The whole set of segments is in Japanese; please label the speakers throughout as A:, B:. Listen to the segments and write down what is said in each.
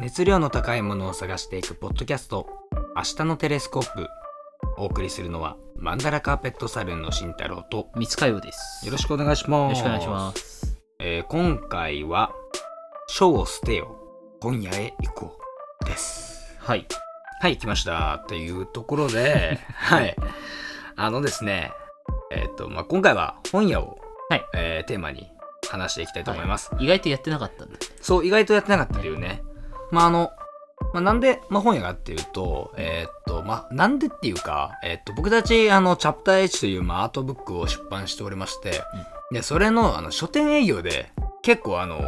A: 熱量の高いものを探していくポッドキャスト「明日のテレスコープ」お送りするのはマンダラカーペットサルンの慎太郎と
B: 三塚洋です。
A: よろしくお願いします。
B: よろしくお願いします。
A: えー今回は「書を捨てよ今夜へ行こう」です。
B: はい。
A: はい来ましたというところ ではいあのですねえっ、と、まあ、今回は本屋を、
B: はい
A: えーテーマに話していきたいと思います。
B: 意外とやってなかったんだ。
A: そう、意外とやってなかったというね。まあ、あの、まあ、なんで、まあ、本屋がっていうと、えーっと、まあ、なんでっていうか、えーっと、僕たち、あの、チャプター H という、まあ、アートブックを出版しておりまして、で、それの、あの、書店営業で、結構、あの、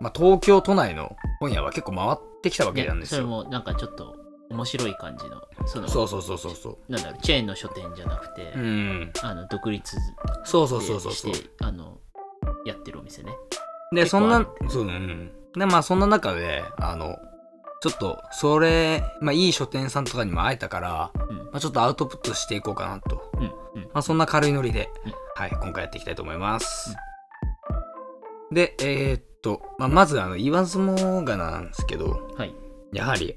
A: まあ、東京都内の本屋は結構回ってきたわけなん
B: ね
A: で
B: そ
A: す
B: れ
A: よ。
B: もなんかちょっと面白い感じの、その、
A: そうそうそうそうそう。
B: なんだろう、チェーンの書店じゃなくて、
A: うん。
B: あの、独立して、
A: そうそうそうそうそう。
B: あの、やってるお店ね。
A: で、
B: 結
A: そ
B: 構
A: んな
B: ある、
A: そう、うん。で、まあ、そんな中で、あの、ちょっと、それ、まあ、いい書店さんとかにも会えたから、
B: うん
A: まあ、ちょっとアウトプットしていこうかなと。
B: うん。うん。
A: まあ、そんな軽いノリで、
B: うん
A: はい、今回やっていきたいと思います。で、えーっと、まあ、まず、あの、言わずもがななんですけど、
B: はい。
A: やはり、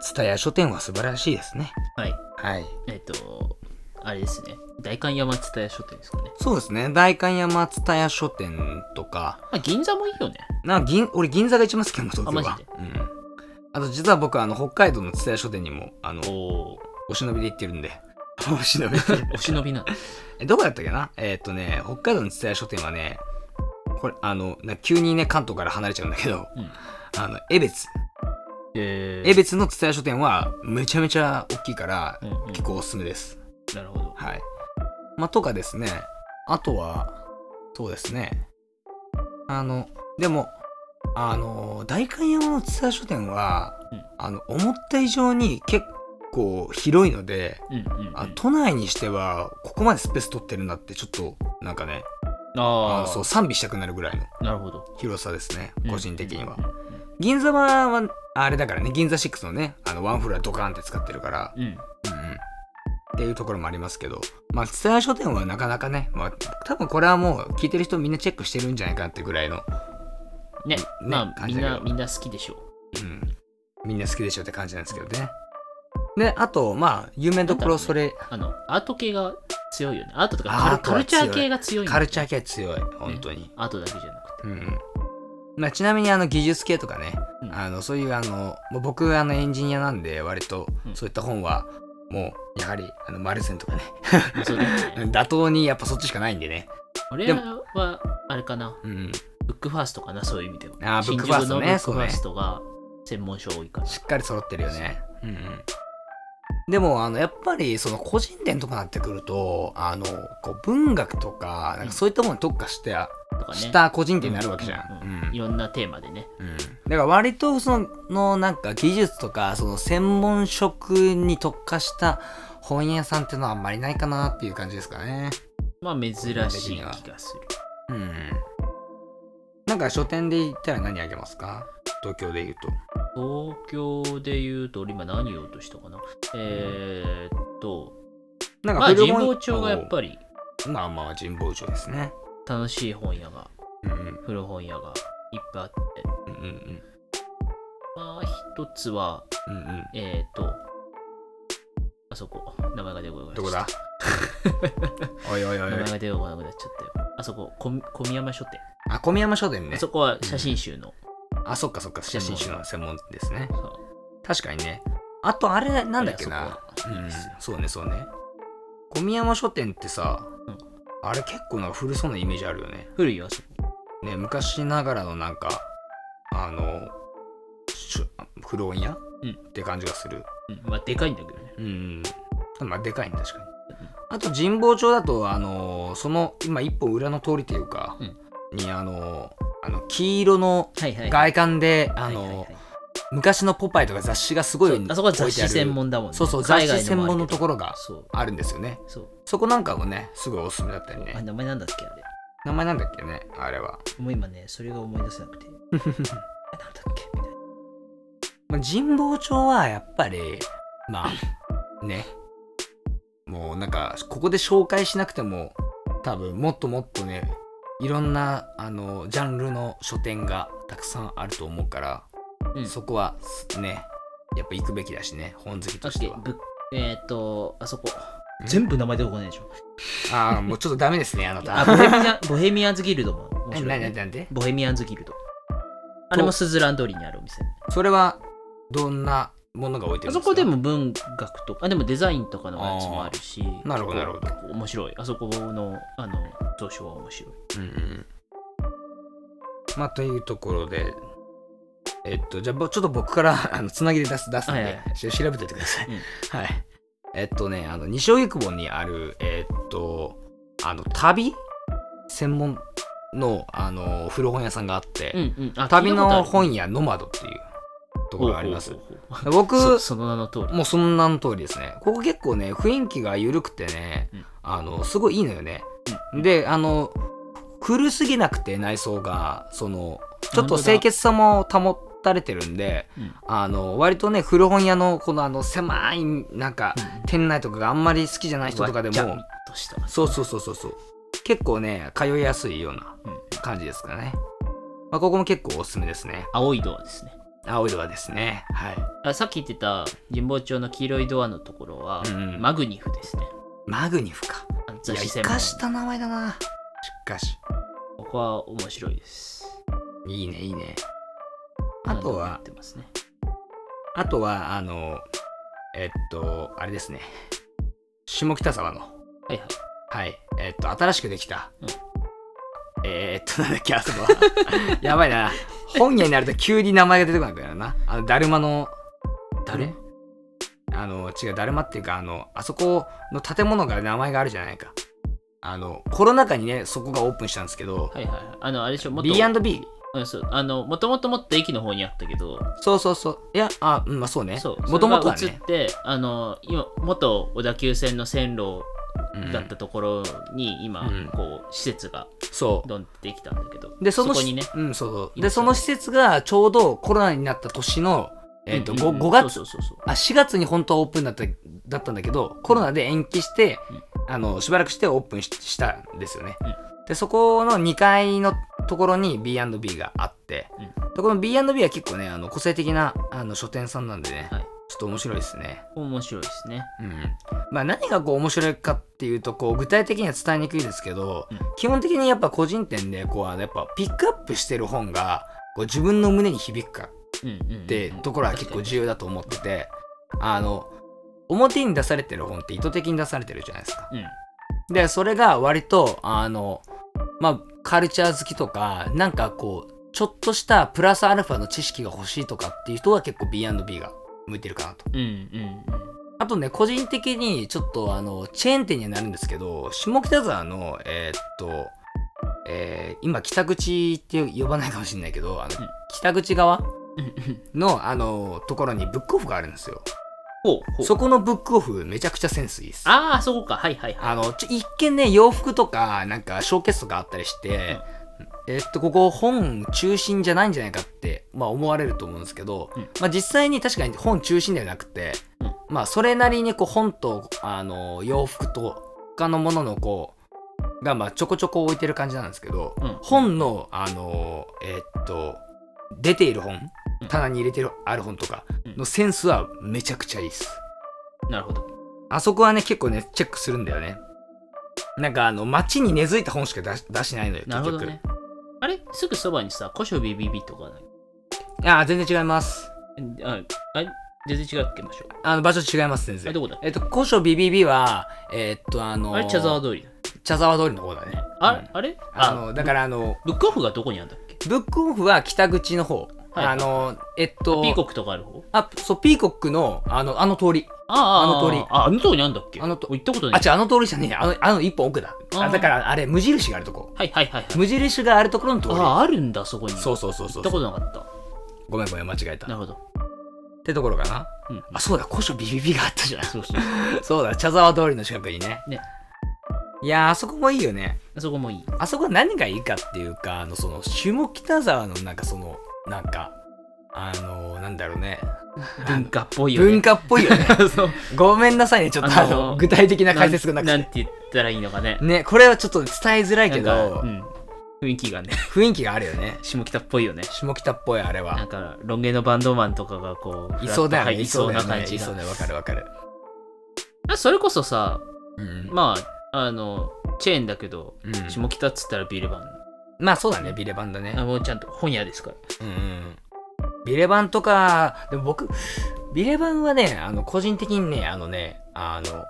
A: 蔦屋書店は素晴らしいですね。
B: はい。
A: はい。
B: えっ、と、あれですね。代官山蔦屋書店ですかね。
A: そうですね。代官山蔦屋書店とか、
B: まあ、銀座もいいよね。
A: な銀俺銀座が一番好きなの東京は
B: あマジで
A: うん、あと実は僕あの北海道の蔦屋書店にもあの
B: おー。
A: お忍びで行ってるんで お忍びで
B: お忍びなの。
A: えどこだったっけなえーっとね北海道の蔦屋書店はねこれあのな急にね関東から離れちゃうんだけど
B: うん。
A: あの江別
B: え
A: 江別の蔦屋書店はめちゃめちゃ大きいから
B: うん、うん。
A: 結構おすすめです
B: なるほど。
A: はいまあとかですねあとはそうですねあのでもあの代官山の蔦屋書店は、
B: うん
A: あの思った以上に結構広いので、
B: うんうん、うん。
A: あ都内にしてはここまでスペース取ってるんだってちょっとなんかねあ
B: あ
A: の
B: あ、
A: そう賛美したくなるぐらいの
B: なるほど。
A: 広さですね個人的には、
B: う
A: 銀座はあれだからね銀座6のねあのワンフロアドカーンって使ってるから、
B: んうんう
A: う
B: ん。
A: んうんっていうところもありますけど、まあ、蔦屋書店はなかなかね、まあ、多分これはもう聞いてる人みんなチェックしてるんじゃないかなってぐらいの、
B: ね、まあ、
A: 感
B: み
A: じ
B: ん
A: だけど
B: な、みんな好きでしょう。
A: うん、みんな好きでしょって感じなんですけどね。で、あと、まあ、有名どころそれ、
B: あの、アート系が強いよね。アートとか
A: ア
B: カ
A: ー
B: ル
A: ト
B: カ
A: は
B: ルチ
A: 強い
B: ャー系が強いんだ
A: カルチャー系強い、本当に。
B: アートだけじゃなく
A: う
B: て。
A: ん。まあ、ちなみに、あの、技術系とかね、
B: うん
A: あの、そういう、あの、もう僕、あの、エンジニアなんで、割と
B: う、ん
A: そういった本は、もう、やはり、あの、マルセンとかね、
B: まあそうだよね。
A: 妥当にやっぱそっちしかないんでね。
B: 俺は、あれかな、
A: うん。
B: ブックファーストかな、そういう意味では。
A: あーブックファーストね
B: 新宿のブックファーストが専門書多いから。
A: しっかり揃ってるよね。うんうん、でもあのやっぱりその個人店とかになってくるとあのこう文学とかなんかそういったものに特化して、
B: とかね。
A: した個人店になるわけじゃん。
B: う
A: うんん
B: うんいろんなテーマでね。
A: うんだから割とそののなんか技術とかその専門職に特化した本屋さんっていうのはあんまりないかなっていう感じですかね。
B: まあ、珍しい気がす
A: う
B: る。
A: ん、なんか書店で言ったら何あげますか東京で言うと。
B: 東京で言うと、俺今何言おうとしたかな。えーっと、
A: なんか
B: まあ、
A: 古
B: 神
A: 本
B: 保町がやっぱり
A: おまあまあ神保町ですね。
B: 楽しい本屋が、
A: うんうん
B: 古本屋がいっぱいあって、
A: うんうん
B: まあ、一つは、
A: うんうんうん
B: えっ、ー、と、あそこ、名前が出てこなくなっ
A: どこ
B: ちゃ
A: だ
B: っ
A: おいおいお
B: た
A: いおい
B: 名前。が出てこなくなっちゃったよ。あそこ、こみ小宮山書店。
A: あ、小宮山書店
B: あ
A: ね。
B: そこは写真集の。
A: あ、そっかそっか。写真集の専門ですね。
B: そう
A: 確かにね。あと、あれ、なんだっけな。
B: あそ
A: う
B: こはいい
A: ん
B: ですよ、
A: そうね、そうね。小宮山書店ってさ
B: うん、
A: あれ結構なんか古そうなイメージあるよね。
B: 古いよ、あそこ。
A: ね、昔ながらのなんか、あの、しゅ古本屋
B: うん
A: って感じがする。
B: うん、まあ、でかいんだけどね。
A: うん。まあ、でかいね、確かに
B: うん。
A: あと、神保町だと、あの、その、今、一本裏の通りというか
B: う、
A: に、あの、あの黄色の
B: はいはい、はい。
A: 外観で、あ
B: はいはい
A: の
B: はい、
A: 昔のポパイとか雑誌がすごい
B: そうあそこは雑誌専
A: 置いて
B: 門だもん
A: あ
B: ね。
A: るそうそう雑
B: 海外
A: 誌専門
B: もあ
A: の
B: るけ
A: と
B: ど
A: ころが
B: そう、
A: あるんですよね
B: そう。
A: そこなんかもねすごいおすすめだったり
B: あ、
A: ね
B: 名前なんだっけ、あれ。
A: 名前なんだっけねあれ は
B: もう今ね、それが思い出せなくて。あなんだっけみたいな。
A: まあ神保町はやっぱりまあねもうなんかここで紹介しなくても多分もっともっとねいろんなあのジャンルの書店がたくさんあると思うから
B: うん
A: そこはね、やっぱ行くべきだしね、本好き
B: だ
A: と
B: っ
A: し
B: け
A: ては。
B: ぶえーっと、あそこ
A: ん。
B: 全部名前出てこないでしょ。
A: ああ、もうちょっとダメですね、あなた。
B: あ、ボヘミアン、ボ ヘミアンズギルドも面
A: え
B: 白、
A: ないんで
B: ね。
A: なんで
B: ボヘミアンズギルド。あれもスズラン通りにあるお店。
A: それは、どんなものが置いてる
B: あ
A: んですか
B: そこで。も文学とか、あでもデザインとかのやつもあるし、
A: なるほど、なるほど。
B: 面白い。あそこの、あの、蔵書は面白い。
A: うんうん。まあ、というところで、えっと、じゃあ、ぼちょっと僕から、 あの、つなぎで出す、出すん
B: はい
A: で
B: は、
A: ちょっと調べておいてください。
B: うん
A: はい。えっとね、あの、西荻窪にある、えっと、あの、旅専門の、あの、古本屋さんがあって、
B: うんうん。あ
A: 旅の
B: 聞い
A: 本屋ノマドっていうと
B: た
A: ころ
B: こと
A: があります
B: ほう。ほうほうほう
A: 僕、
B: そその名の通り。
A: もうその名の通りですね。ここ結構ね、雰囲気が緩くてね、
B: うん
A: あの、すごいいいのよね。で、あの、古すぎなくて内装が、その、ちょっと
B: 本当だ
A: 清潔さも保たれてるんで、
B: うん
A: あの、割とね、古本屋のこのあの、狭い、なんか、店内とかがあんまり好きじゃない人とかで
B: わっちゃ
A: も
B: ん、とした
A: そうそうそうそうそう。結構ね、通いやすいような
B: うん
A: 感じですかね。まあ、ここも結構おすすめですね。
B: 青いドアですね。
A: 青いドアですね。はい。
B: あさっき言ってた神保町の黄色いドアのところは、
A: うんうん
B: マグニフですね。
A: マグニフか。
B: あの
A: い
B: 雑
A: や、
B: 誌
A: 生
B: 専門
A: かした名前だな。しかし。
B: ここは面白いです。
A: いいね、いいね。あと
B: な
A: は
B: ん、てますね、
A: あとは、あの、えっと、あれですね。下北沢の、
B: はいはい。
A: はい、えっと、新しくできた、
B: うん
A: えーっと、なんだっけ、あそこは。 やばいな。本屋になると急に名前が出てこなくなるな。あの、だるまの、
B: 誰
A: あの、違う、だるまっていうか、あの、あそこの建物が名前があるじゃないか。あの、コロナ禍にね、そこがオープンしたんですけど、
B: はいはいはい。あの、あれでしょ、もっと、
A: B&B?
B: うんそうあの、もともともっと駅の方にあったけど、
A: そうそうそう。いや、あ、うんまあそうね。
B: そう、
A: もともとは
B: それが移
A: ね
B: っ。て、あの、今、元小田急線の線路
A: うん
B: だったところに、今、
A: うん
B: こう、施設が
A: そう。
B: どんってできたんだけど、
A: で、その
B: こ
A: し
B: にね、
A: うん、そうそう。
B: い
A: で、
B: ます
A: そ
B: よね
A: の施設がちょうどコロナになった年の、えっ、と、
B: うん
A: ご
B: うんうん
A: 5, 月、
B: そうそうそうそう。
A: あ、4月に本当はオープンだった、だったんだけど、コロナで延期して、
B: うん
A: あの、しばらくしてオープンししたんですよね。で、そこの2階のところに B&B があって、
B: うん
A: でこの B&B は結構ね、あの、個性的な、あの、書店さんなんでね、
B: はい
A: ちょっと面白いですね。
B: 面白いですね。
A: うんまあ、何がこう面白いかっていうとこう具体的には伝えにくいですけど、
B: うん
A: 基本的にやっぱ個人店でこうあのやっぱピックアップしてる本がこう自分の胸に響くか
B: うんうんうん、
A: ってところは結構
B: 確かに
A: 重要だと思っててあの表に出されてる本って意図的に出されてるじゃないですか。
B: うん
A: でそれが割とあのまあカルチャー好きとかなんかこうちょっとしたプラスアルファの知識が欲しいとかっていう人は結構 B&B が向いてるかなと。
B: うんうんうん。
A: あとね、個人的にちょっとあの、チェーン店にはなるんですけど、下北沢の、えーっと、えー今、北口って呼ばないかもしれないけど、あの、
B: うん
A: 北口側
B: うんうん
A: の、あの、ところにブックオフがあるんですよ。
B: ほうほう。
A: そこのブックオフ、めちゃくちゃセンスいいです。あ
B: ああ、そこか。はいはいはい。
A: の、ちょ一見ね、洋服とか、なんか、ショーケースとかあったりして、えーっと、ここ本中心じゃないんじゃないかって、まあ思われると思うんですけど、
B: うん
A: まあ実際に確かに本中心ではなくて、
B: うん
A: まあそれなりにこう本とあの洋服と他のもののこうがまあちょこちょこ置いてる感じなんですけど、
B: うん
A: 本のあのえーっと出ている本
B: うん
A: 棚に入れてるある本とか
B: う
A: の
B: ん
A: センスはめちゃくちゃいいです。
B: なるほど。
A: あそこはね結構ねチェックするんだよね。なんかあの街に根付いた本しか出し出してないのよ
B: な
A: 結
B: るほど
A: 局。
B: ね。あれすぐそばにさ、古書ビビビとかない
A: ああ全然違います。
B: えあ、あれ全然違うっけ場所。
A: あの場所違います全
B: あれ
A: 然。
B: どこだっけ
A: えっと、古書 BBB は、えーっと、あのー、
B: あれ茶沢通りだよ
A: 茶沢通りの方だね
B: ね。。
A: うん
B: ああれ。
A: あの、だかららあの、
B: ブックオフがどこにあるんだっけ
A: ブックオフは北口の方。
B: はい
A: あの、えっと、
B: ピーコックとかある方
A: あ、そう、ピーコックの、あの、あの通り。
B: ああ
A: あの通り
B: あ、あの通りにあるんだっけ
A: あのと
B: 行ったこと
A: あ、
B: ない。
A: 違う、あの通りじゃねえ。あの、あの一本奥だ。
B: あ
A: あ
B: ー
A: だから、あれ、無印があるとこ。
B: はいはいはいはい。
A: 無印があるところの通り。
B: ああ、あるんだ、そこに。。
A: そううそうそうそう
B: 行った。ことなかった。
A: ごめんごめん、間違えた。
B: な
A: っ
B: るほど。
A: てところかな。
B: うん。
A: あ、そうだ、古書 BBB があったじゃん。
B: そうそう。
A: そうだ、茶沢通りの近くにね。
B: ね。
A: いやー、あそこもいいよね。
B: あ そこもいい。
A: あそこは何がいいかっていうか、あの、その、下北沢のなんかその、なんか、あの、なんだろうね。
B: 文化っぽいよね。
A: 文化っぽいよね。
B: そう。
A: ごめんなさいね、ちょっとあ
B: あ
A: の、
B: の
A: 具体的な解説がなく
B: ん
A: て。
B: て言ったらいいのかね。
A: ね、これはちょっと伝えづらいけ
B: なんか
A: ど、
B: うん雰囲気がね、
A: 雰囲気があるよね。
B: 下北っぽいよね。
A: 下北っぽいあれ
B: なん
A: は。
B: か、ロン毛のバンドマンとかがこう、
A: いそうだよね。
B: い
A: い
B: そ
A: そううだ
B: な
A: よ
B: 感
A: ね。
B: じ
A: いそ
B: が
A: う。だよ。わかるわかる。
B: それこそさ、
A: うん。
B: まあ、あの、チェーンだけど、
A: うん
B: 下北っつったらビールバン。
A: まあそうだね。ビレバンだね。
B: あもうちゃんと本屋ですから。
A: うんうんビレバンとか、でも僕、ビレバンはね、あの、個人的にね、あのね、あの、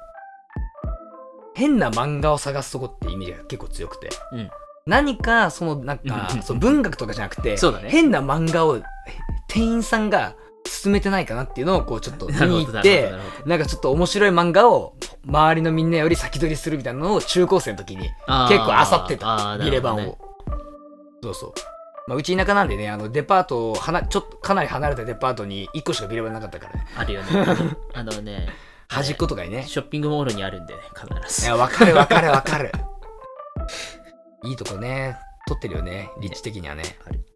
A: 変な漫画を探すとこって意味が結構強くて、
B: うん
A: 何か、その、なんか
B: うんうん、
A: その文学とかじゃなくて、
B: そうだね
A: 変な漫画を店員さんが勧めてないかなっていうのを、こう、ちょっと見
B: なるほ
A: に
B: ど、
A: 行
B: な
A: っ
B: るほど、
A: て
B: な、るほど。
A: なんかちょっと面白い漫画を、周りのみんなより先取りするみたいなのを中高生の時に
B: あー
A: 結構漁ってた、
B: あーなるほどね
A: ビレバンを。そうそう。まあ、うち田舎なんでね、あのデパートをはな、ちょっとかなり離れたデパートに1個しかビレバンなかったからね。
B: あるよね。あ のあのね、
A: 端っことかにね。
B: ショッピングモールにあるんでね、必
A: い
B: ず。
A: や、わかるわかるわかる。いいとこね、取ってるよね、立地的にはね
B: ある。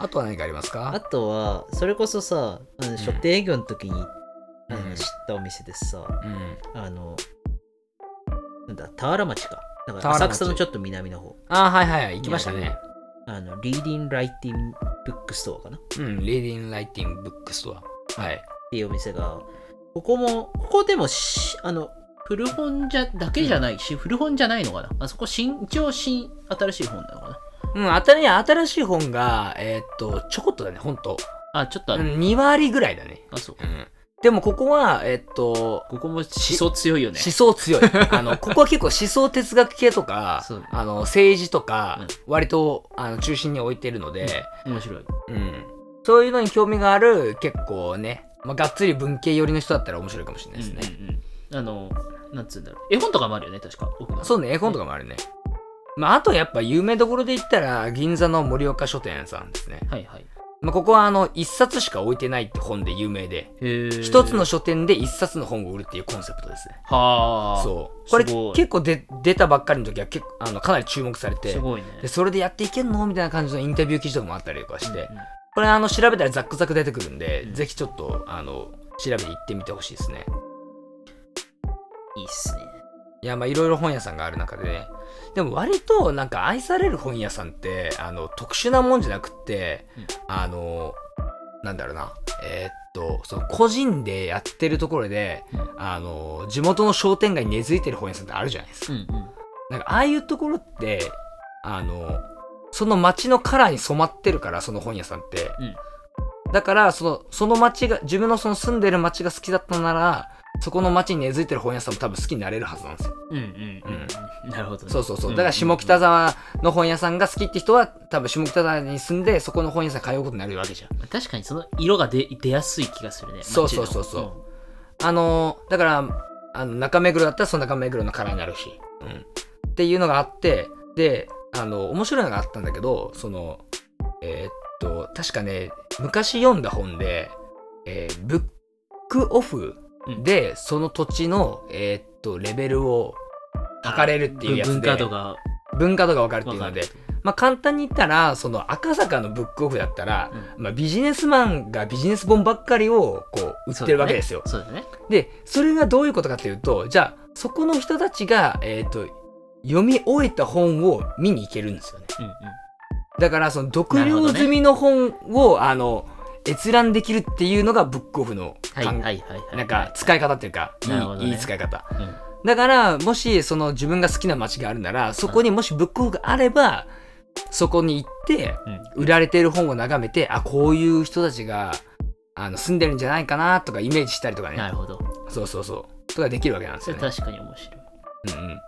A: あとは何かあります
C: あ
A: か
C: とは、それこそさ、あの書店営業の時に、あ
A: うん
C: の知ったお店でさ、
A: うん。
C: あの、なんだ、田原町か。だか
A: 田
C: ら
A: 原
C: 浅
A: 町
C: 草のちょっと南の方。
A: あー、はいはい、行きましたね。
C: あの、リーディン・ライティン・ブックストアかなっ
A: うん、リーディング・ライティング・ブックストア。はい。
C: ていうお店が、
B: ここも、ここでもし、あの、古本じゃだけじゃないし、古本じゃないのかな。あそこ新、一応新、新しい本なのか
A: うん、新新しい本が、えーっと、ちょこっとだね、ほんと。
B: な。あ、ちょっとあ
A: う
B: る。
A: ん2割ぐらいだね。
B: あ、そう。
A: うん。でもここは、えっと、
B: ここも思想強いよね
A: 思。想強い。あの、ここは結構思想哲学系とか
B: そう、
A: あの、政治とか
B: うん、
A: 割と、あの、中心に置いてるので、
B: 面白い。
A: うん。そういうのに興味がある、結構ね、まあ、がっつり文系寄りの人だったら面白いかもしれないですね。
B: うんうんうん、あの、なんつうんだろう。絵本とかもあるよね、確か。奥が
A: そうね、絵本とかもあるね。まあ、あとやっぱ有名どころで言ったら、銀座の森岡書店さんですね。
B: はいはい。
A: まあ、ここはあの、一冊しか置いてないって本で有名で、
B: 一
A: 一つの。書店で一冊の本を売るっていうコンセプトですね。
B: はあ。
A: そうこれ
B: すごい
A: 結構で出たばっかりの時は結構あのかなり注目されて
B: すごいね。
A: でそれでやっていけんのみたいな感じのインタビュー記事とかもあったりとかして、
B: うんうん
A: これあの調べたらザックザク出てくるんで、
B: うん
A: ぜひちょっとあの調べて行ってみてほしいですね
C: いいっすね。
A: いやまあいろいろ本屋さんがある中でねでも割となんか愛される本屋さんってあの特殊なもんじゃなくって、
B: うん
A: あのなんだろうなえーっとその個人でやってるところで、
B: うん
A: あの地元の商店街に根付いてる本屋さんってあるじゃないですか
B: うんうん。
A: なんかああいうところってあのその街のカラーに染まってるからその本屋さんって、だからそのその街が自分のその住んでる街が好きだったならそこの街に根付いてる本屋さんも多分好きになれるはずなんですよ、
B: うんうんうんうん。なるほどね。
A: そうそうそう
B: うん
A: だから下北沢の本屋さんが好きって人は多分下北沢に住んでそこの本屋さん通うことになるわけじゃん
B: 確かにその色が出出やすい気がするね。
A: そうそうそうそうあのだからあの中目黒だったらその中目黒のカラーになるし、うん、っていうのがあってであの面白いのがあったんだけどそのえーっと確かね昔読んだ本で、えーブックオフでその土地の、えーっとレベルを測れるっていうやつ
B: 文
A: で
B: 化度が
A: 文化度が分かるってい
B: 分
A: う
B: か
A: の
B: る
A: で。まあ、簡単に言ったらその赤坂のブックオフだったら、まあ、ビジネスマンがビジネス本ばっかりをこう売ってるわけですよ。
B: そうだね。
A: で、それがどういうことかというと、じゃあ、そこの人たちが、えっ、と、読み終えた本を見に行けるんですよね。
B: そうだね
A: だから、その、読
B: なるほ
A: 了
B: どね
A: 済みの本を、あの、閲覧できるっていうのがブックオフの、
B: うんうん。は
A: か
B: い
A: ん
B: はいはいはい。
A: なんか、使い方っていうか、いい
B: なるほどね
A: いい使い方。
B: うん
A: だから、もし、その、自分が好きな街があるなら、そこにもしブックオフがあれば、そこに行って、売られている本を眺めて、あ、こういう人たちが、あの、住んでるんじゃないかな、とかイメージしたりとか
B: う
A: ね
B: ん。。なるほど。
A: そうそうそう。とかできるわけなんです
B: そ
A: よ
B: れ
A: ね。
B: 確かに面白い。
A: うんうん、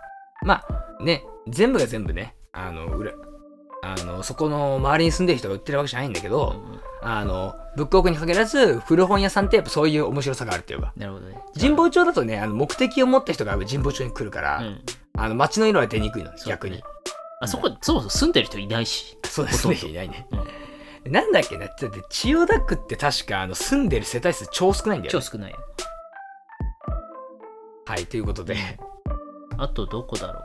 A: まあね、全部が全部ね、あの、裏、あの、そこの周りに住んでる人が売ってるわけじゃないんだけ
B: う
A: ど、
B: んうん
A: あの、ブックオフに限らず、古本屋さんってやっぱそういう面白さがあるっていうか。
B: なるほどね。
A: 神保町だとね、あの目的を持った人が神保町に来るから、
B: うん
A: あの街の色は出にくいの、
B: そうだね
A: 逆に。
B: あそこ、そもそも住んでる人いないし。
A: そうですね、いないね。
B: うん
A: なんだっけな、だって千代田区って確かあの住んでる世帯数超少ないんだよ、
B: 超
A: ね。
B: 少ないよ。
A: はい、ということで、
B: あとどこだろ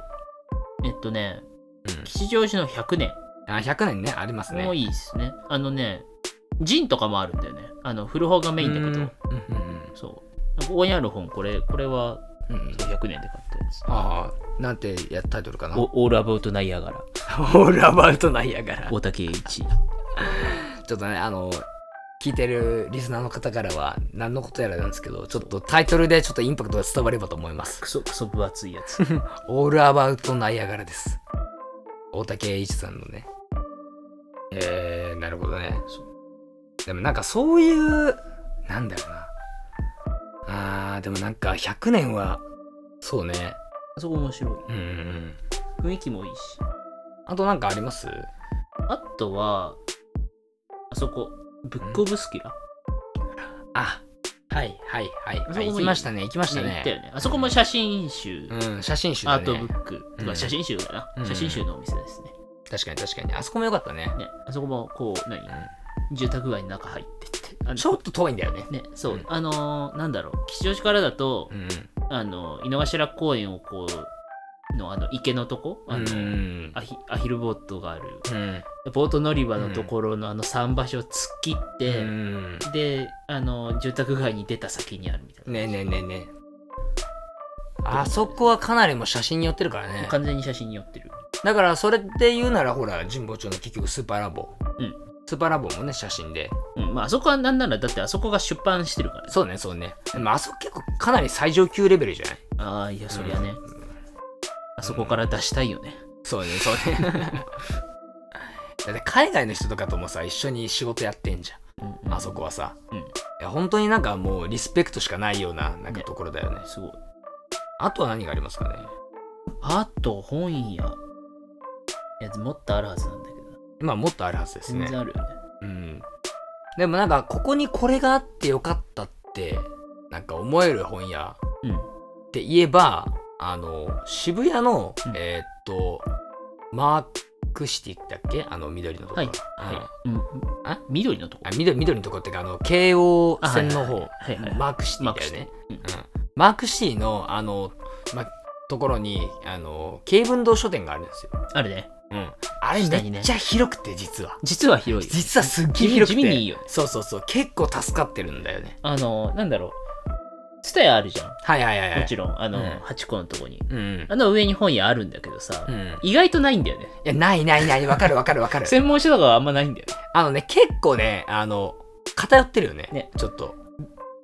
B: うえっとね、
A: う
B: 吉祥寺の100年。
A: ん、あ100年ね、ありますね。
B: もういいですね。あのね、ジンとかもあるんだよね。あの、古本がメインだけ
A: う
B: ど
A: ん、うん
B: そう。ここにある本、これ、これは
A: うんうんうん
B: 100年で買ったやつ。
A: ああなんてやタイトルかな。
B: オールアバウトナイアガラ。
A: オールアバウトなんやから。
B: 大竹栄一。
A: ちょっとね、あの、聞いてるリスナーの方からは何のことやらなんですけど、ちょっとタイトルでちょっとインパクトが伝わればと思います。
B: クソ、クソ分厚いや つ。
A: オールアバウトナイアガラです。大竹栄一さんのね。えー、なるほどね。でもなんかそういう、なんだろうな。あー、でもなんか100年は、そうね。
B: あそこ面白
A: うんう
B: い。
A: んうん。
B: 雰囲気もいいし。
A: あとなんかあります
B: あとは、あそこ、ブックオブスキラ。
A: あ、はいはいはい。
B: あ
A: あ
B: そこもいい
A: 行きましたね、行きました
B: ね行ったよ
A: ね。
B: ね。あそこも写真集、
A: うん、写真集
B: ア
A: だ
B: ートブ
A: ね。
B: ック、と
A: うん
B: か写真集か
A: うん
B: な。写真集のお店ですね。
A: 確かに確かに。あそこも良かったね。
B: ね、あそこもこう、何住宅街の中入ってって。あの
A: ちょっと遠いんだよね。
B: ね、そう、
A: うん
B: あのーなんだろう、吉祥寺からだと
A: う、ん
B: あの、井の頭公園をこう、の、あの、池のとこ、
A: う
B: あ
A: ん。
B: の、
A: うん
B: アヒアヒルボートがある、
A: うん。
B: ボート乗り場のところのあの桟橋を突っ切っ
A: う
B: て、
A: ん。
B: で、あの、住宅街に出た先にあるみたいな。
A: ねえねえねえねえ。あそこはかなりもう写真に寄ってるからね。
B: 完全に写真に寄ってる。
A: だからそれで言うならほら、神保町の結局スーパーラボ。
B: うん
A: スーパーラボもね、写真で。
B: うん、まあ、あそこはなんなら、だってあそこが出版してるからね。
A: そうね、そうね。でもあそこ結構かなり最上級レベルじゃない
B: ああ、いや、そりゃね、あそこから出したいよね。
A: そうね、そうね。 だって海外の人とかともさ、一緒に仕事やってんじ
B: うん
A: ゃん。あそこはさ。
B: うん
A: いや本当になんかもうリスペクトしかないようななんかところだよね。
B: すごい。
A: あとは何がありますかね
B: あと、本屋。いや、もっとあるはずなんだけど。
A: まあもっとあるはずです
B: 全
A: ね。
B: 然あるよね。
A: うん。でもなんかここにこれがあってよかったってなんか思える本屋
B: うん。
A: って言えばあの渋谷の、
B: うん
A: えーっとマークシティだっけあの緑のところ。
B: はい。
A: うん
B: はい。うん。
A: あ
B: 緑のとこ
A: あ。緑緑のとこっていうかあの京王
B: あはい
A: 線の方、
B: はいはいはい
A: マークシティだよね
B: マークシテ
A: うんマークシティのあの、ま、ところにあの京文堂書店があるんですよ、
B: あるね。
A: うん、あれ
B: 下にね
A: めっちゃ広くて実は
B: 実は広いよ。
A: 実はすっげえ広くて
B: 地味にいいよ
A: そうそうそう結構助かってるんだよね
B: あの、なんだろう。ツタヤあるじゃん。
A: はいはいはいはい
B: もちろん、あの、
A: うん
B: 8個のとこに。
A: うん
B: あの上に本屋あるんだけどさ、
A: うん
B: 意外とないんだよね。
A: いやないないないわかるわかるわかる
B: 専門書とかはあんまないんだよ
A: あのね結構ねあの偏ってるよね
B: ね
A: ちょっと
B: ね。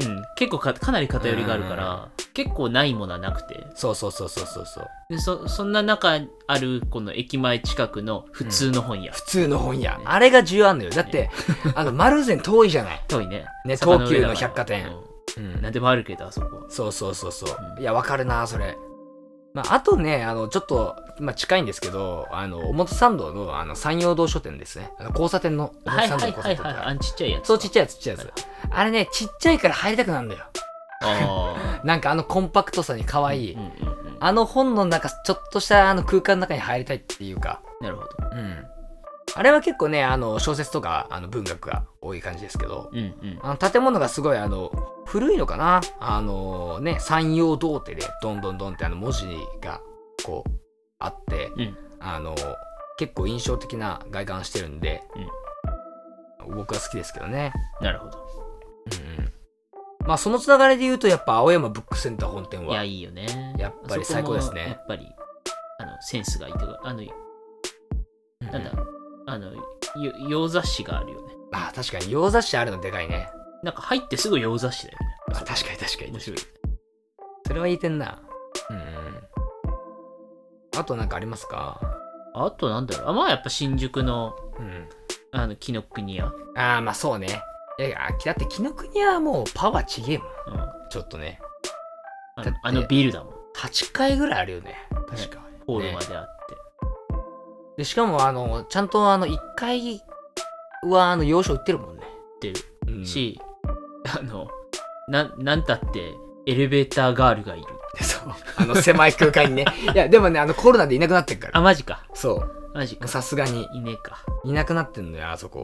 B: うん。結構か、かなり偏りがあるから、結構ないものはなくて。
A: そうそうそうそうそうそう
B: でそ、そんな中ある、この駅前近くの普通の本屋。
A: 普通の本屋
B: ね
A: あれが重要あんのよだ ってあの丸善遠いじゃない
B: 遠いね。
A: ね
B: 坂上
A: 東急の
B: だから
A: 百貨店
B: うんなんでもあるけど、あそこは。
A: そうそうそうそう。
B: うん
A: いや、わかるな、それ。まあ、あとね、あの、ちょっと、まあ、近いんですけど、あの、表参道の、あの、山陽道書店ですね。あの交差点の、
B: は
A: 表
B: い
A: 参道
B: はい
A: の交
B: は
A: 差
B: い
A: 点
B: は
A: と
B: い。
A: か。
B: あのちっちゃいやつ。
A: そう、ちっちゃいやつ、ちっちゃいやつ
B: は。
A: あれね、ちっちゃいから入りたくなるんだよ。
B: あ
A: なんか、あの、コンパクトさに可愛い。
B: あ。うんうんうん。
A: あの本の中、ちょっとした、あの、空間の中に入りたいっていうか。
B: なるほど。
A: うん。あれは結構ね、あの、小説とか、あの、文学が多い感じですけど、
B: うんうん。
A: あの建物がすごいあの古いのかなあのね山陽道手でどんどんどんってあの文字がこうあって、
B: うん
A: あの結構印象的な外観してるんで、僕は好きですけどね、
B: なるほど。
A: うんうんまあそのつながりで言うとやっぱ青山ブックセンター本店
B: いや、
A: はい
B: いよね。
A: やっぱり
B: あそこも
A: 最高ですね
B: やっぱり、あの、センスがいいというか、あの、なんだ、あの、よ洋雑誌があるよね。
A: あ確かに洋雑誌あるのでかいね
B: なんか入ってすぐ洋雑誌だよね。
A: あ確かに確かに
B: 面白い。
A: それは言いてんなうんうんあとなんかありますか
B: あとなんだろう。あまあやっぱ新宿の、
A: うん
B: あの、紀ノ国屋。う
A: ああ、まあそうね。いやいや、だって紀ノ国はもうパワーちげえもん。
B: ん。
A: ちょっとね。
B: あ
A: だって
B: のあのビルだもん。
A: 8回ぐらいあるよね。確か。
B: ホールまであって。
A: で、しかも、あの、ちゃんとあの、1回は、あの、洋書売ってるもんね。
B: 売って
A: る。し、
B: し、あの、なん、なんたって、エレベーターガールがいる。
A: そう。あの、狭い空間 にね。いや、でもね、あの、コロナでいなくなってるか
B: あ、
A: ら。
B: マジか。
A: そう。
B: マジか。
A: さすがに、
B: いねえか。
A: いなくなってんのよ、あそこ。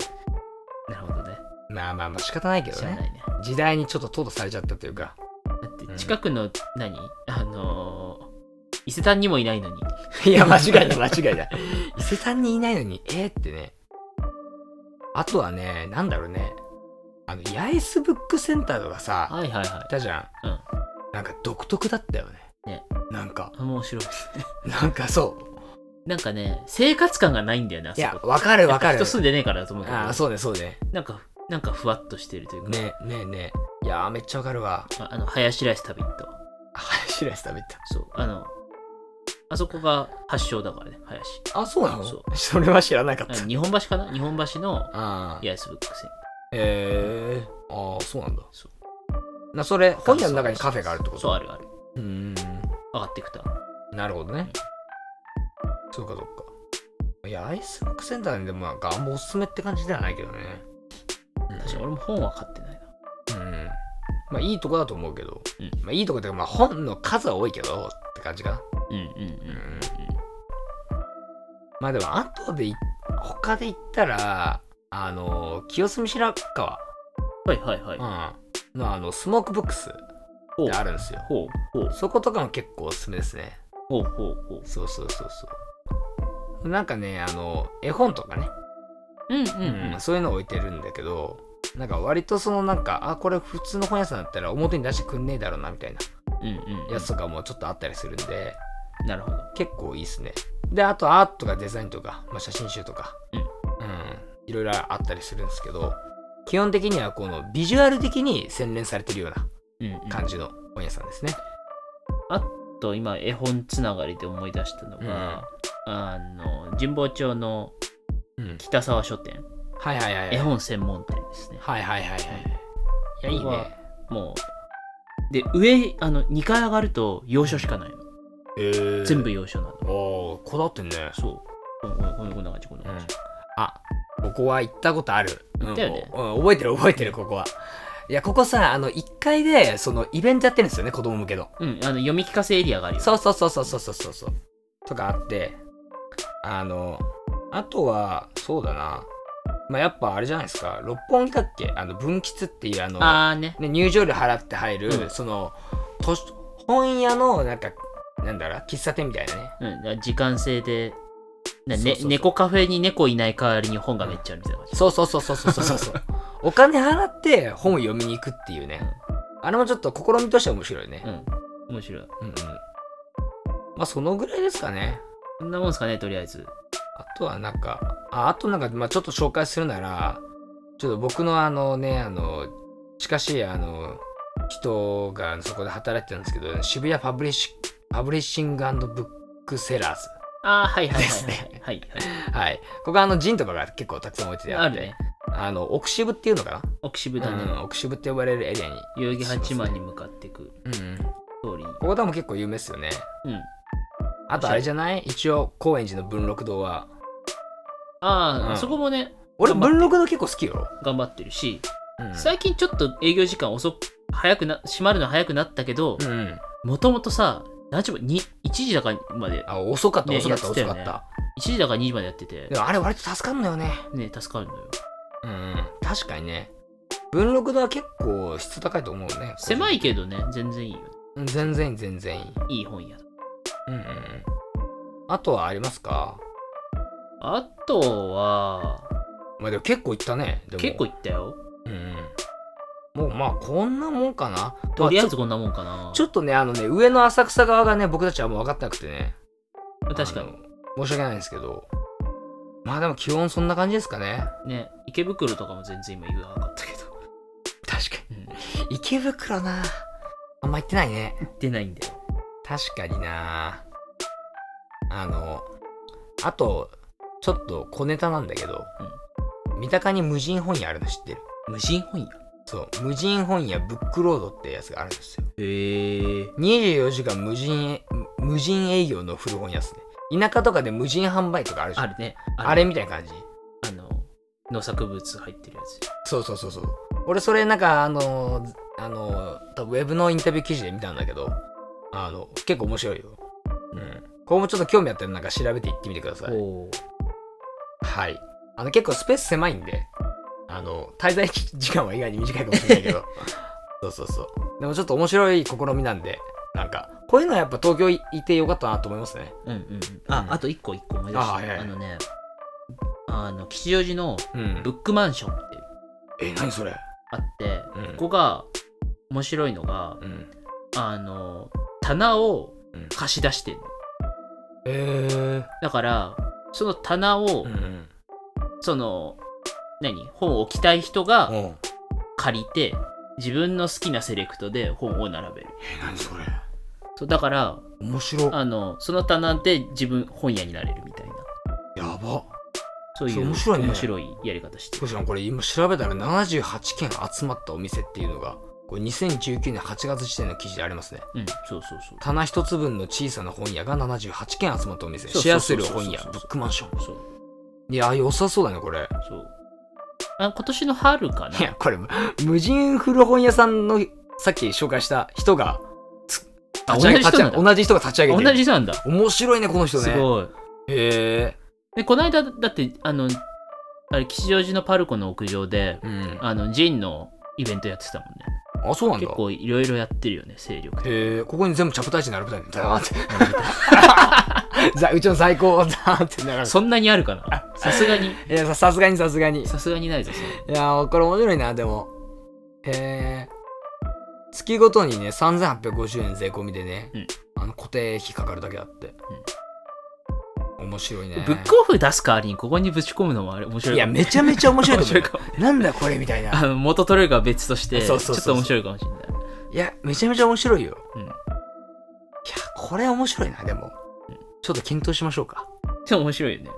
B: なるほどね。
A: まあまあまあ、仕方ないけど
B: 知らな
A: ね。
B: いね。
A: 時代にちょっと淘汰されちゃったというか。
B: だって近くの何、あのー伊勢丹にもいないのに
A: い や、間違いだ、間違いだ。伊勢丹にいないのに、えー、ってね。あとはね、なんだろうね。あの、八重洲ブックセンターとかさ、
B: はいはいはい
A: いたじゃん。
B: うん
A: なんか独特だったよね。
B: ね
A: なんか、
B: 面白いですね。
A: なんかそう。
B: なんかね、生活感がないんだよね、あ
A: い
B: そ
A: や、
B: こ。
A: わかるわか
B: やっぱ
A: る。
B: 人住んでねえからだと思うけど、
A: ああ、そうね、そうね。
B: なんか、なんかふわっとしてるというか、
A: ねねねいやーめっちゃわかるわ。
B: ああの、ハヤシライス食べ行ったわ。
A: ハヤシライス食べた。
B: そう、あの、あそこが発祥だからね、林。
A: あ、そうなの
B: そ
A: それは知らなかっ
B: あ
A: た。
B: 日本橋かな日本橋の
A: ああ。
B: 八重洲ブックセン
A: えー、ああ、そうなんだ。
B: そ
A: なそれ、
B: ター。
A: 本屋の中にカフェがあるってこと
B: そう、あるある。
A: うーん。
B: 上がっていくと。
A: なるほどね。そうか、そうか。いや、アイスブックセンターにでもなんか、あんまおすすめって感じではないけどね。うん
B: 確かに俺も本は買ってないな。
A: うん。まあ、いいとこだと思うけど、
B: うん
A: まあ、いいとこっていうか、まあ、本の数は多いけど、って感じかな。
B: うんうん
A: う
B: うんん。
A: まあでも、後でい、他で言ったら、あの、清澄白河、
B: はいはいはい。
A: うん、のあの、スモークブックス
B: ほう
A: であるんですよ。
B: ほうほう
A: そことかも結構おすすめですね。
B: ほうほうほう。
A: そうそうそうそう。なんかね、あの、絵本とかね、
B: うんうん
A: うんそういうのを置いてるんだけど、なんか割とそのなんか、あ、これ普通の本屋さんだったら表に出してくんねえだろうなみたいな
B: うんうんうん。
A: やつとかもちょっとあったりするんで、
B: なるほど。
A: 結構いいっすね。で、あとアートとかデザインとか、まあ、写真集とか、
B: うん
A: いろいろあったりするんですけど、基本的にはこのビジュアル的に洗練されてるような
B: うんうん、
A: 感じの本屋さんですね。
B: と今絵本つながりで思い出したのが、あの神保町の
A: うん。
B: 北沢書店、
A: はいはいはいはい。
B: 絵本専門店ですね
A: はいはいはいはい。いや、いい
B: これは
A: ね。
B: もうで上あの2階上がると洋書しかないの、
A: えー
B: 全部。洋書なの
A: ああ、こだわってんね。
B: そうこんこんこんこんな感じこんな感じ、
A: あ、ここは行ったことある。
B: 行ったよね
A: うん、おうん覚えてる覚えてる、ここは。いや、ここさ、あの、1階で、その、イベントやってるんですよね、子供向けの。
B: うんあの読み聞かせエリアがあるよ
A: そうそうそうそうそうそうそうそうとかあってあのあとはそうだなまあやっぱあれじゃないですか六本木だっけあの分吉っていうあの
B: ああね
A: ね、入場料払って入る、
B: うん
A: その図書本屋のなんかなんだろう喫茶店みたいなね
B: うんだから時間制でな
A: そう
B: ね
A: そうそう
B: 猫カフェに猫いない代わりに本がめっちゃあるみたいな感じ、
A: そうそうそうそうそうそうそうそうお金払って本を読みに行くっていうね、あれもちょっと試みとしては面白いね、
B: うん、面白い
A: うん、うんまあそのぐらいですかね
B: こんなもんですかねとりあえず
A: あとはなんか、ああとなんか、まあ、ちょっと紹介するなら、ちょっと僕のあのね、あの、近しいあの、人がそこで働いてたんですけど、渋谷パブリッシュ、パブリッシングブックセラーズ。
B: ああはいはい
A: です
B: はい
A: ね
B: はい、はい
A: はい。ここあの、ジンとかが結構たくさん置いてて
B: あ
A: っ
B: る
A: て、
B: ね。
A: あの、奥渋っていうのか
B: 奥渋
A: な、
B: だね。
A: うん、奥渋って呼ばれるエリアに。
B: 代々木八幡に向かっていく
A: うん。
B: 通り。
A: ここ多分結構有名ですよね。
B: うん。
A: あとあれじゃない一応、高円寺の文禄堂は。
B: ああ、
A: うん
B: そこもね、
A: 俺、
B: 頑張って
A: 文禄堂結構好きよ。
B: 頑張ってるし、
A: うん。
B: 最近ちょっと営業時間遅く、早くな、閉まるの早くなったけど、
A: うんうん。
B: もともとさ、何時も、に1時だかまで、
A: あ、遅かった、
B: ね
A: 遅かった、
B: やっ
A: 遅
B: てたよ
A: かっ
B: ね
A: た。
B: 1時だか2時までやってて
A: で、もあれ割と助かるのよね。
B: ね、助かるのよ。
A: うん。確かにね。文禄堂は結構質高いと思うね。
B: 狭いけどね、全然いいよね。
A: うん全然いい、全然いい。
B: いい本屋だ。
A: うんうんうん。あとはありますか
B: あとは、
A: まあでも結構行ったね。でも
B: 結構行ったよ。
A: うんうん。もうまあこんなもんかな。
B: とりあえず
A: ま
B: こんなもんかな
A: あ、。ちょちょっとね、あのね、上の浅草側がね、僕たちはもう分かってなくてね。
B: 確か
A: あの。申し訳ないんですけど。まあでも基本そんな感じですかね。
B: に。ね、池袋とかも全然今言わなかったけど。
A: 確か
B: うん
A: に。池袋なあんま行ってないね。
B: 行ってないんだよ。
A: 確かになあのあとちょっと小ネタなんだけど、三鷹に無人本屋あるの知ってる
B: 無人本屋
A: そう無人本屋ブックロードってやつがあるんですよ
B: へえ。
A: 24時間無人営無人営業の古本屋っすね田舎とかで無人販売とかあるじゃん
B: あるね。
A: あ
B: あ
A: れ
B: れ
A: みたいな感じ
B: あの、農作物入ってるやつ。
A: そうそうそうそう俺それなんかあのあの多分ウェブのインタビュー記事で見たんだけどあの結構面白いようんこれもちょっと興味あったらなんか調べていってみてください
B: おお。
A: はい。あの、結構スペース狭いんで、あの、滞在時間は意外に短いかもしれない けど、そうそうそう。でもちょっと面白い試みなんで、なんか、こういうのはやっぱ東京いいてよかったなと思いますね。
B: うんうんうん。あ、
A: うん
B: あと一個一個思い出し
A: あ
B: た。あ,、
A: はいはい
B: のね、あの、吉祥寺の
A: うん
B: ブ。ックマンションっていう
A: え、何それ
B: あって、
A: うん
B: ここが面白いのが、
A: うん。
B: あの、棚を
A: うん
B: 貸し出してるの
A: えー
B: だからその棚を、
A: うん
B: その何本を置きたい人が
A: うん
B: 借りて自分の好きなセレクトで本を並べる
A: え何それ
B: そうだから
A: 面白や
B: あのその棚で自分本屋になれるみたいな
A: ば
B: そうい
A: そう
B: う
A: 面白いね
B: 面白いやり方して
A: しかもこれ今調べたら78件集まったお店っていうのがこれ2019年8月時点の記事でありますね
B: うんそうそうそう
A: 棚一つ分の小さな本屋が78件集まったお店
B: そうそうそうそう
A: シェアする本屋ブックマンショ
B: そう
A: ンいや良さそうだねこれ
B: そうあ今年の春かない
A: やこれ無人古本屋さんのさっき紹介した人がつ
B: あ
A: 立ち上げ
B: 同じ人なんだ
A: 立ち上げ同じ人が立ち上げてる
B: 同じなんだ
A: 面白いねこの人ね
B: すごい
A: へえ
B: えこの間だってあのあれ吉祥寺のパルコの屋上で
A: うん
B: あのジンのイベントやってたもんね
A: あそうなんだ
B: 結構いろいろやってるよね勢力で
A: へえここに全部チャプター1並べたいんだよって ざうちの最高だってながら
B: そんなにあるかなさすがに
A: いやささすがにさすがにい
B: さすがにないぞそれ
A: やこれ面白いなでもへえ月ごとにね3850円税込みでね、
B: うん
A: あの固定費かかるだけだって、面白いね
B: ブックオフ出す代わりにここにぶち込むのもあれ面白い
A: い
B: か
A: や
B: も
A: めちゃめちゃ面白いと思
B: 面白
A: う
B: い
A: よ
B: かも
A: なんだこれみたいな
B: あの元取れるかは別として
A: そうそうそうそう
B: ちょっと面白いかもしれない
A: いやめちゃめちゃ面白いよ、
B: うん
A: いやこれ面白いなでも、ちょっと検討しましょう か
B: でも面白いよね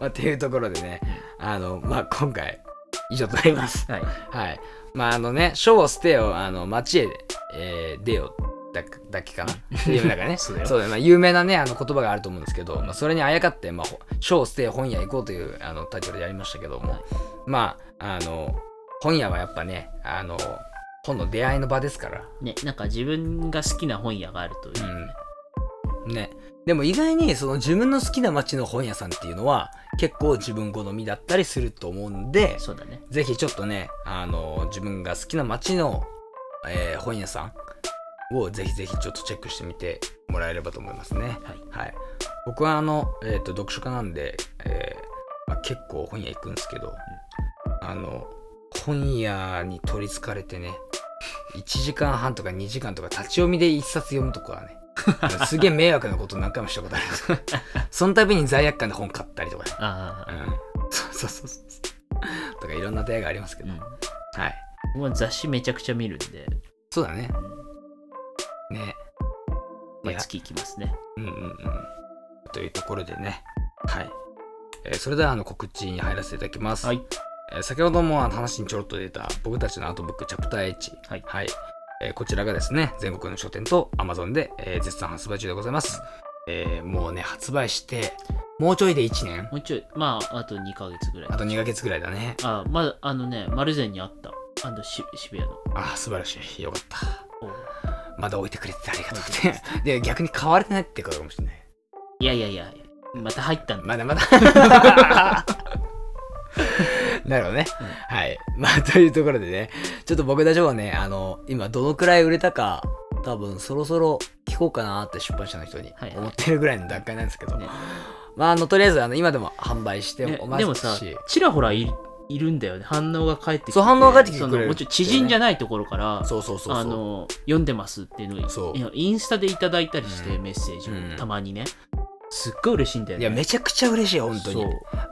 A: まあ、っていうところでね、あの、まあ、今回、以上となります。
B: はい
A: はい。まあ、あのね、ショーを捨てよ、あの、街へ、えー出よ、だっだっけかな。っていうなんかね、
B: そうだよ
A: まあ、有名なね、あの言葉があると思うんですけど、まあ、それにあやかって、まあ、ほショーを捨てよ、本屋行こうというあのタイトルでやりましたけども、まあ、あの、本屋はやっぱね、あの、本の出会いの場ですから、
B: ねなんか自分が好きな本屋があるという、
A: うん。ね。でも意外にその自分の好きな街の本屋さんっていうのは結構自分好みだったりすると思うんで、
B: そうだね
A: ぜひちょっとね、あの、自分が好きな街の、えー本屋さんをぜひぜひちょっとチェックしてみてもらえればと思いますね。
B: はい
A: はい。僕はあの、えっ、と、読書家なんで、えーまあ、結構本屋行くんですけど、あの、本屋に取りつかれてね、1時間半とか2時間とか立ち読みで1冊読むとかは ね、すげえ迷惑なこと何回もしたことあるんですけどその度に罪悪感で本買ったりとかね、
B: あ
A: う
B: あ、
A: ん、そうそうそうそう。とかいろんな出会いがありますけ
B: う
A: ど、
B: ん、
A: はい。
B: 僕は雑誌めちゃくちゃ見るんで、
A: そうだね。
B: うん
A: ね。
B: ま
A: いや
B: あ、月行きますね
A: うんうんうん。というところでね。はい。えーそれではあの告知に入らせていただきます。
B: はい
A: えー先ほどもあの話にちょろっと出た僕たちのアートブックチャプター H。
B: はい
A: えーこちらがですね、全国の書店と Amazon で、えー絶賛発売中でございます。えーもうね、発売して、もうちょいで1年
B: もうちょいまああと2ヶ月ぐらい
A: あと2ヶ月ぐらいだね。
B: あまだあのね丸善にあったあのし渋谷の
A: ああ、素晴らしい。よかった。
B: おう
A: まだ置いてくれててありがとうって。で、逆に買われてないってことかもしれない。
B: いやいやいやまた入ったんだ、
A: まだまだ。 なるほどね。はい。まあ、というところでね、ちょっと僕たちもね、あの、今どのくらい売れたか、多分そろそろ聞こうかなって出版社の人に
B: はいはい
A: 思ってるぐらいの段階なんですけど、
B: ね
A: まあ、あの、とりあえず、あの、今でも販売して
B: ね
A: おま
B: でも
A: す
B: さ
A: し、
B: ちらほらいいるんだよね反応が返ってきて
A: そう反応が返ってきて
B: そ
A: くれ
B: の
A: る
B: もちろん知人じゃないところから、
A: そうそうそうそう。
B: あの読んでますっていうのを
A: そう
B: いやインスタでいただいたりして、
A: うん
B: メッセージを、
A: うん
B: たまにねすっごい嬉しいんだよ
A: い
B: ね
A: や、め
B: ち
A: ちゃくちゃ嬉しい、本当に。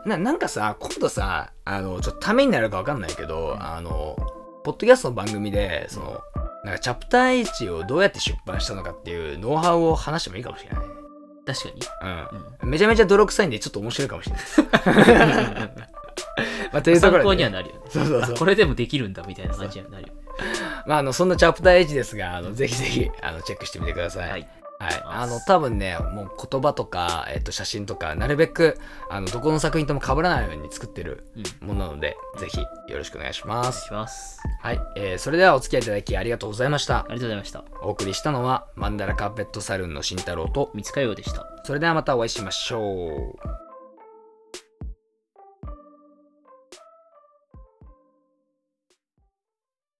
A: ななんかさ今度さあのちょっとためになるかわかんないけど、あのポッドキャストの番組でそのなんかチャプター1をどうやって出版したのかっていうノウハウを話してもいいかもしれない、
B: 確かに、
A: うん、めちゃめちゃ泥臭いんでちょっと面白いかもし れないです、まあ、というとこ
B: 参
A: ろ
B: 考に
A: で
B: は
A: ね、
B: なるよね
A: そうそうそう
B: あこれでもできるんだみたいな感じにはなるよね
A: まあ、あのそんなチャプター1ですがあのぜひぜひあのチェックしてみてください、
B: は
A: はいいあの多分ねもう言葉とか、えっと、写真とかなるべくあのどこの作品とも被らないように作ってる
B: うん
A: も
B: お願
A: のなのでぜひよろしくお願いしま
B: い
A: す
B: します
A: はい、えーそれではお付き合いいただきありがとうございまし
B: あ
A: た。
B: りがとうございました
A: お送りしたのはマンダラカーペットサルーンの慎太郎と、
B: 三塚洋でした
A: それではまたお会いしましょう。